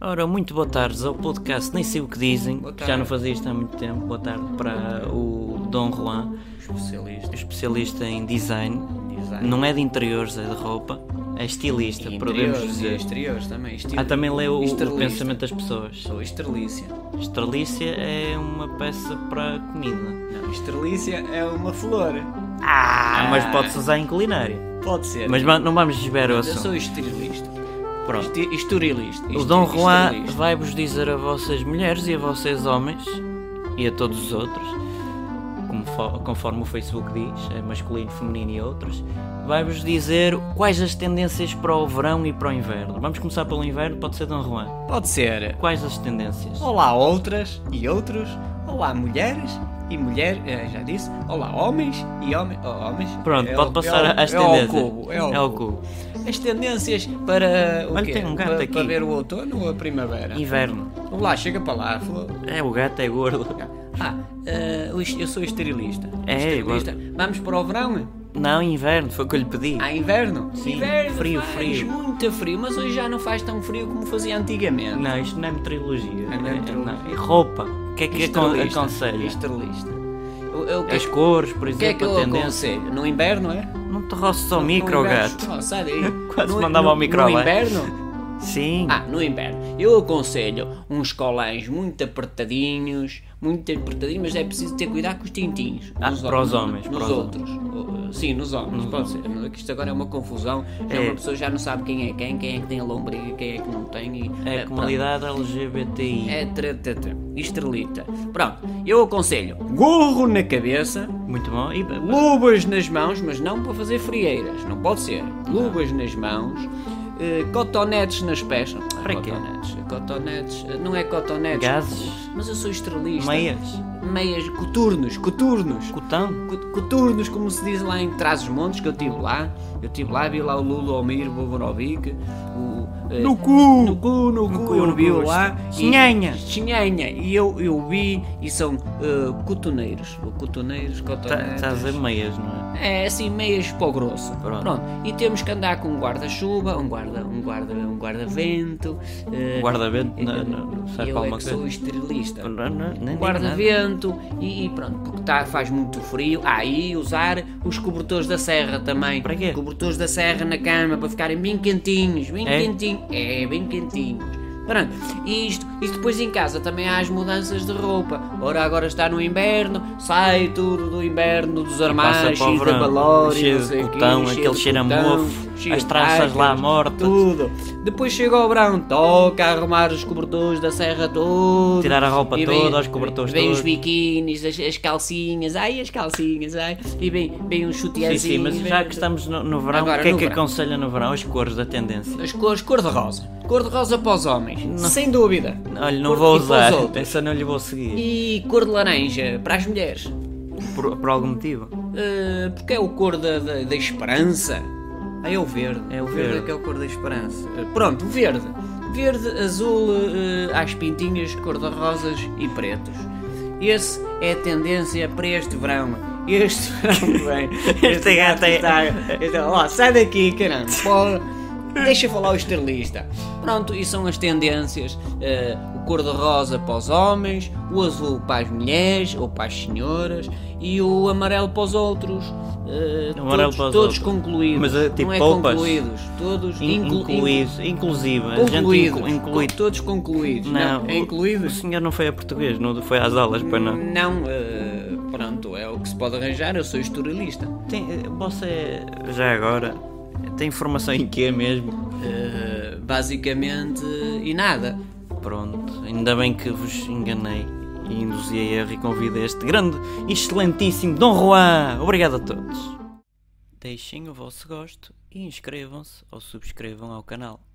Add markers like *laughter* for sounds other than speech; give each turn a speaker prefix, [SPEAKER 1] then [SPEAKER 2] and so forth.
[SPEAKER 1] Ora, muito boa tarde ao podcast Nem Sei O Que Dizem,
[SPEAKER 2] Boa
[SPEAKER 1] que
[SPEAKER 2] tarde.
[SPEAKER 1] já não fazia isto há muito tempo. Boa tarde para o Dom Juan,
[SPEAKER 2] Especialista.
[SPEAKER 1] especialista em design.
[SPEAKER 2] Design.
[SPEAKER 1] Não é de interiores, é de roupa. É estilista, podemos
[SPEAKER 2] Interiores e
[SPEAKER 1] dizer.
[SPEAKER 2] exteriores também. Estil...
[SPEAKER 1] Ah, também leu o, o
[SPEAKER 2] Estrelista.
[SPEAKER 1] pensamento das pessoas.
[SPEAKER 2] Sou estrelícia.
[SPEAKER 1] Estrelícia é uma peça para comida.
[SPEAKER 2] Não, estrelícia é uma flor.
[SPEAKER 1] Ah, mas
[SPEAKER 2] Ah.
[SPEAKER 1] pode-se usar em culinário.
[SPEAKER 2] Pode ser.
[SPEAKER 1] Mas va- não vamos desviar o
[SPEAKER 2] Eu
[SPEAKER 1] assunto.
[SPEAKER 2] sou esterilista.
[SPEAKER 1] Pronto.
[SPEAKER 2] Esti- Estorilista.
[SPEAKER 1] O
[SPEAKER 2] Esti-
[SPEAKER 1] Dom Juan
[SPEAKER 2] esterilista.
[SPEAKER 1] vai-vos dizer a vocês mulheres e a vocês homens e a todos os outros, como fo- conforme o Facebook diz, é masculino, feminino e outros, vai-vos dizer quais as tendências para o verão e para o inverno. Vamos começar pelo inverno, pode ser Dom Juan.
[SPEAKER 2] Pode ser.
[SPEAKER 1] Quais as tendências?
[SPEAKER 2] Olá outras e outros. Olá mulheres e mulheres. Já disse. Olá homens e homens. homens.
[SPEAKER 1] Pronto,
[SPEAKER 2] É
[SPEAKER 1] pode
[SPEAKER 2] ao-
[SPEAKER 1] passar
[SPEAKER 2] é ao-
[SPEAKER 1] às
[SPEAKER 2] é ao
[SPEAKER 1] tendências.
[SPEAKER 2] cubo, É ao cubo.
[SPEAKER 1] cubo.
[SPEAKER 2] As tendências para o
[SPEAKER 1] Olha,
[SPEAKER 2] quê?
[SPEAKER 1] tem um gato
[SPEAKER 2] para,
[SPEAKER 1] aqui.
[SPEAKER 2] para ver o outono ou a primavera?
[SPEAKER 1] Inverno.
[SPEAKER 2] Olá, chega para lá, flor.
[SPEAKER 1] É, o gato é gordo.
[SPEAKER 2] Ah, eh, o est- eu sou esterilista.
[SPEAKER 1] É,
[SPEAKER 2] Esterilista. Vamos para o verão?
[SPEAKER 1] Não, inverno, foi o que eu lhe pedi.
[SPEAKER 2] Há inverno?
[SPEAKER 1] Sim,
[SPEAKER 2] inverno
[SPEAKER 1] frio,
[SPEAKER 2] faz
[SPEAKER 1] frio.
[SPEAKER 2] muito frio, mas hoje já não faz tão frio como fazia antigamente.
[SPEAKER 1] Não, isto não é meteorologia.
[SPEAKER 2] Não é meteorologia.
[SPEAKER 1] não. É roupa. O que é que acon-
[SPEAKER 2] Esterilista.
[SPEAKER 1] aconselha?
[SPEAKER 2] Esterilista. Eu- eu- O que,
[SPEAKER 1] As cores, por
[SPEAKER 2] o que é que
[SPEAKER 1] exemplo,
[SPEAKER 2] eu
[SPEAKER 1] a tendência.
[SPEAKER 2] aconselho? No inverno, é?
[SPEAKER 1] Não te roças ao
[SPEAKER 2] No
[SPEAKER 1] micro,
[SPEAKER 2] inverno-
[SPEAKER 1] gato.
[SPEAKER 2] Oh, sai daí.
[SPEAKER 1] *laughs* Quase
[SPEAKER 2] No-
[SPEAKER 1] mandava
[SPEAKER 2] no-
[SPEAKER 1] ao micro
[SPEAKER 2] No
[SPEAKER 1] abaixo.
[SPEAKER 2] inverno?
[SPEAKER 1] Sim.
[SPEAKER 2] Ah, no inverno. Eu aconselho uns colãs muito apertadinhos, muito apertadinhos, mas é preciso ter cuidado com os tintinhos.
[SPEAKER 1] Ah,
[SPEAKER 2] Nos
[SPEAKER 1] para os
[SPEAKER 2] outros-
[SPEAKER 1] homens,
[SPEAKER 2] Nos
[SPEAKER 1] para os
[SPEAKER 2] outros. Oh, Sim, nos homens, pode ser. Não é que Isto agora é uma confusão. Já
[SPEAKER 1] É.
[SPEAKER 2] Uma pessoa já não sabe quem é quem, quem é que tem a lombriga, quem é que não tem. E,
[SPEAKER 1] É a comunidade LGBTI.
[SPEAKER 2] então. É tratata, estrelita. Pronto, eu aconselho gorro na cabeça,
[SPEAKER 1] Muito bom. E
[SPEAKER 2] luvas nas mãos, mas não para fazer frieiras, não pode ser. Luvas nas mãos, eh, cotonetes nas pés. Não,
[SPEAKER 1] Para quê?
[SPEAKER 2] cotonetes, cotonetes, eh, não é cotonetes.
[SPEAKER 1] gases,
[SPEAKER 2] Mas eu sou estrelista.
[SPEAKER 1] meias,
[SPEAKER 2] Meias, coturnos, coturnos.
[SPEAKER 1] cotão.
[SPEAKER 2] Co- Coturnos, como se diz lá em Trás-os-Montes, que eu estive lá. Eu estive lá, vi lá o Lula, o Mir, o Boborovic, o... eh,
[SPEAKER 1] No cu!
[SPEAKER 2] No cu, no,
[SPEAKER 1] No
[SPEAKER 2] cu,
[SPEAKER 1] cu,
[SPEAKER 2] eu
[SPEAKER 1] no
[SPEAKER 2] vi
[SPEAKER 1] cu.
[SPEAKER 2] lá. e-
[SPEAKER 1] Chinhanha.
[SPEAKER 2] Chinhanha! E eu, eu vi, e são eh, cotoneiros. Cotoneiros, cotonetes...
[SPEAKER 1] Estás Tá, a dizer meias, não é?
[SPEAKER 2] É assim, meias para o grosso.
[SPEAKER 1] Pronto.
[SPEAKER 2] Pronto. E temos que andar com um guarda-chuva, um guarda, um guarda, um guarda-vento. eh,
[SPEAKER 1] Guarda-vento,
[SPEAKER 2] eu-
[SPEAKER 1] é? não- não- serve
[SPEAKER 2] eu
[SPEAKER 1] para alguma
[SPEAKER 2] é que
[SPEAKER 1] coisa?
[SPEAKER 2] sou esterilista.
[SPEAKER 1] Não, não, nem digo nada.
[SPEAKER 2] Guarda-vento e, e pronto, porque tá, faz muito frio. Ah, e usar os cobertores da serra também.
[SPEAKER 1] Para quê?
[SPEAKER 2] Cobertores da serra na cama para ficarem bem quentinhos, bem
[SPEAKER 1] É?
[SPEAKER 2] quentinhos. É, bem quentinhos. Pronto, e isto, e depois em casa também há as mudanças de roupa. Ora, agora está no inverno, sai tudo do inverno, dos
[SPEAKER 1] Passa
[SPEAKER 2] armários,
[SPEAKER 1] para o
[SPEAKER 2] cheio de
[SPEAKER 1] verão,
[SPEAKER 2] balores,
[SPEAKER 1] cheio
[SPEAKER 2] não sei
[SPEAKER 1] de
[SPEAKER 2] o quê,
[SPEAKER 1] cotão,
[SPEAKER 2] cheio
[SPEAKER 1] aquele
[SPEAKER 2] de
[SPEAKER 1] cheiro a
[SPEAKER 2] cotão,
[SPEAKER 1] mofo,
[SPEAKER 2] cheio
[SPEAKER 1] as
[SPEAKER 2] de
[SPEAKER 1] traças lá
[SPEAKER 2] ácaros,
[SPEAKER 1] mortas,
[SPEAKER 2] Tudo. Depois chega o verão, toca a arrumar os cobertores da serra todos.
[SPEAKER 1] Tirar a roupa
[SPEAKER 2] E
[SPEAKER 1] toda, os cobertores
[SPEAKER 2] vem
[SPEAKER 1] todos.
[SPEAKER 2] os biquinis, as, as calcinhas, ai as calcinhas, ai, e vem, vem um
[SPEAKER 1] Sim,
[SPEAKER 2] chuteazinho.
[SPEAKER 1] sim, mas já que estamos no, no verão,
[SPEAKER 2] Agora,
[SPEAKER 1] o que é
[SPEAKER 2] no
[SPEAKER 1] que
[SPEAKER 2] verão.
[SPEAKER 1] aconselha no verão? As cores da tendência.
[SPEAKER 2] As cores cor-de-rosa. Cor-de-rosa para os homens, sem dúvida.
[SPEAKER 1] Olha, não
[SPEAKER 2] Cor-
[SPEAKER 1] vou
[SPEAKER 2] e para os
[SPEAKER 1] usar,
[SPEAKER 2] outros.
[SPEAKER 1] essa não lhe vou seguir.
[SPEAKER 2] E cor de laranja para as mulheres.
[SPEAKER 1] Por, por algum motivo?
[SPEAKER 2] Eh, porque é o cor da, da, da esperança. Ah, é o verde.
[SPEAKER 1] É o verde.
[SPEAKER 2] é que é o cor da esperança. Eh, Pronto, verde. Verde, azul, eh, às pintinhas, cor-de-rosas e pretos. Esse é a tendência para este verão. Este *laughs* verão que vem.
[SPEAKER 1] Este gato é-
[SPEAKER 2] está- este- Ó, sai daqui, caramba. Pô, Deixa falar o esterlista. Pronto, e são as tendências. eh, o cor-de-rosa para os homens, o azul para as mulheres ou para as senhoras e o amarelo para os outros. eh,
[SPEAKER 1] O amarelo
[SPEAKER 2] todos,
[SPEAKER 1] para os
[SPEAKER 2] todos
[SPEAKER 1] outros.
[SPEAKER 2] concluídos.
[SPEAKER 1] Mas, eh, tipo,
[SPEAKER 2] Não é
[SPEAKER 1] poupas?
[SPEAKER 2] concluídos. Todos
[SPEAKER 1] In-
[SPEAKER 2] inclu-
[SPEAKER 1] incluídos, inclusiva. A gente
[SPEAKER 2] Concluídos.
[SPEAKER 1] inclu- inclui
[SPEAKER 2] Todos concluídos. Não, é
[SPEAKER 1] o- O
[SPEAKER 2] incluídos?
[SPEAKER 1] senhor não foi a português, não foi às aulas, pois não?
[SPEAKER 2] Não, eh, pronto, é o que se pode arranjar, eu sou historialista.
[SPEAKER 1] Tem, você, já agora, tem formação em quê mesmo?
[SPEAKER 2] Eh, basicamente, e nada.
[SPEAKER 1] Pronto, ainda bem que vos enganei e induzi a erro e convido a este grande e excelentíssimo Dom Juan. Obrigado a todos. Deixem o vosso gosto e inscrevam-se ou subscrevam ao canal.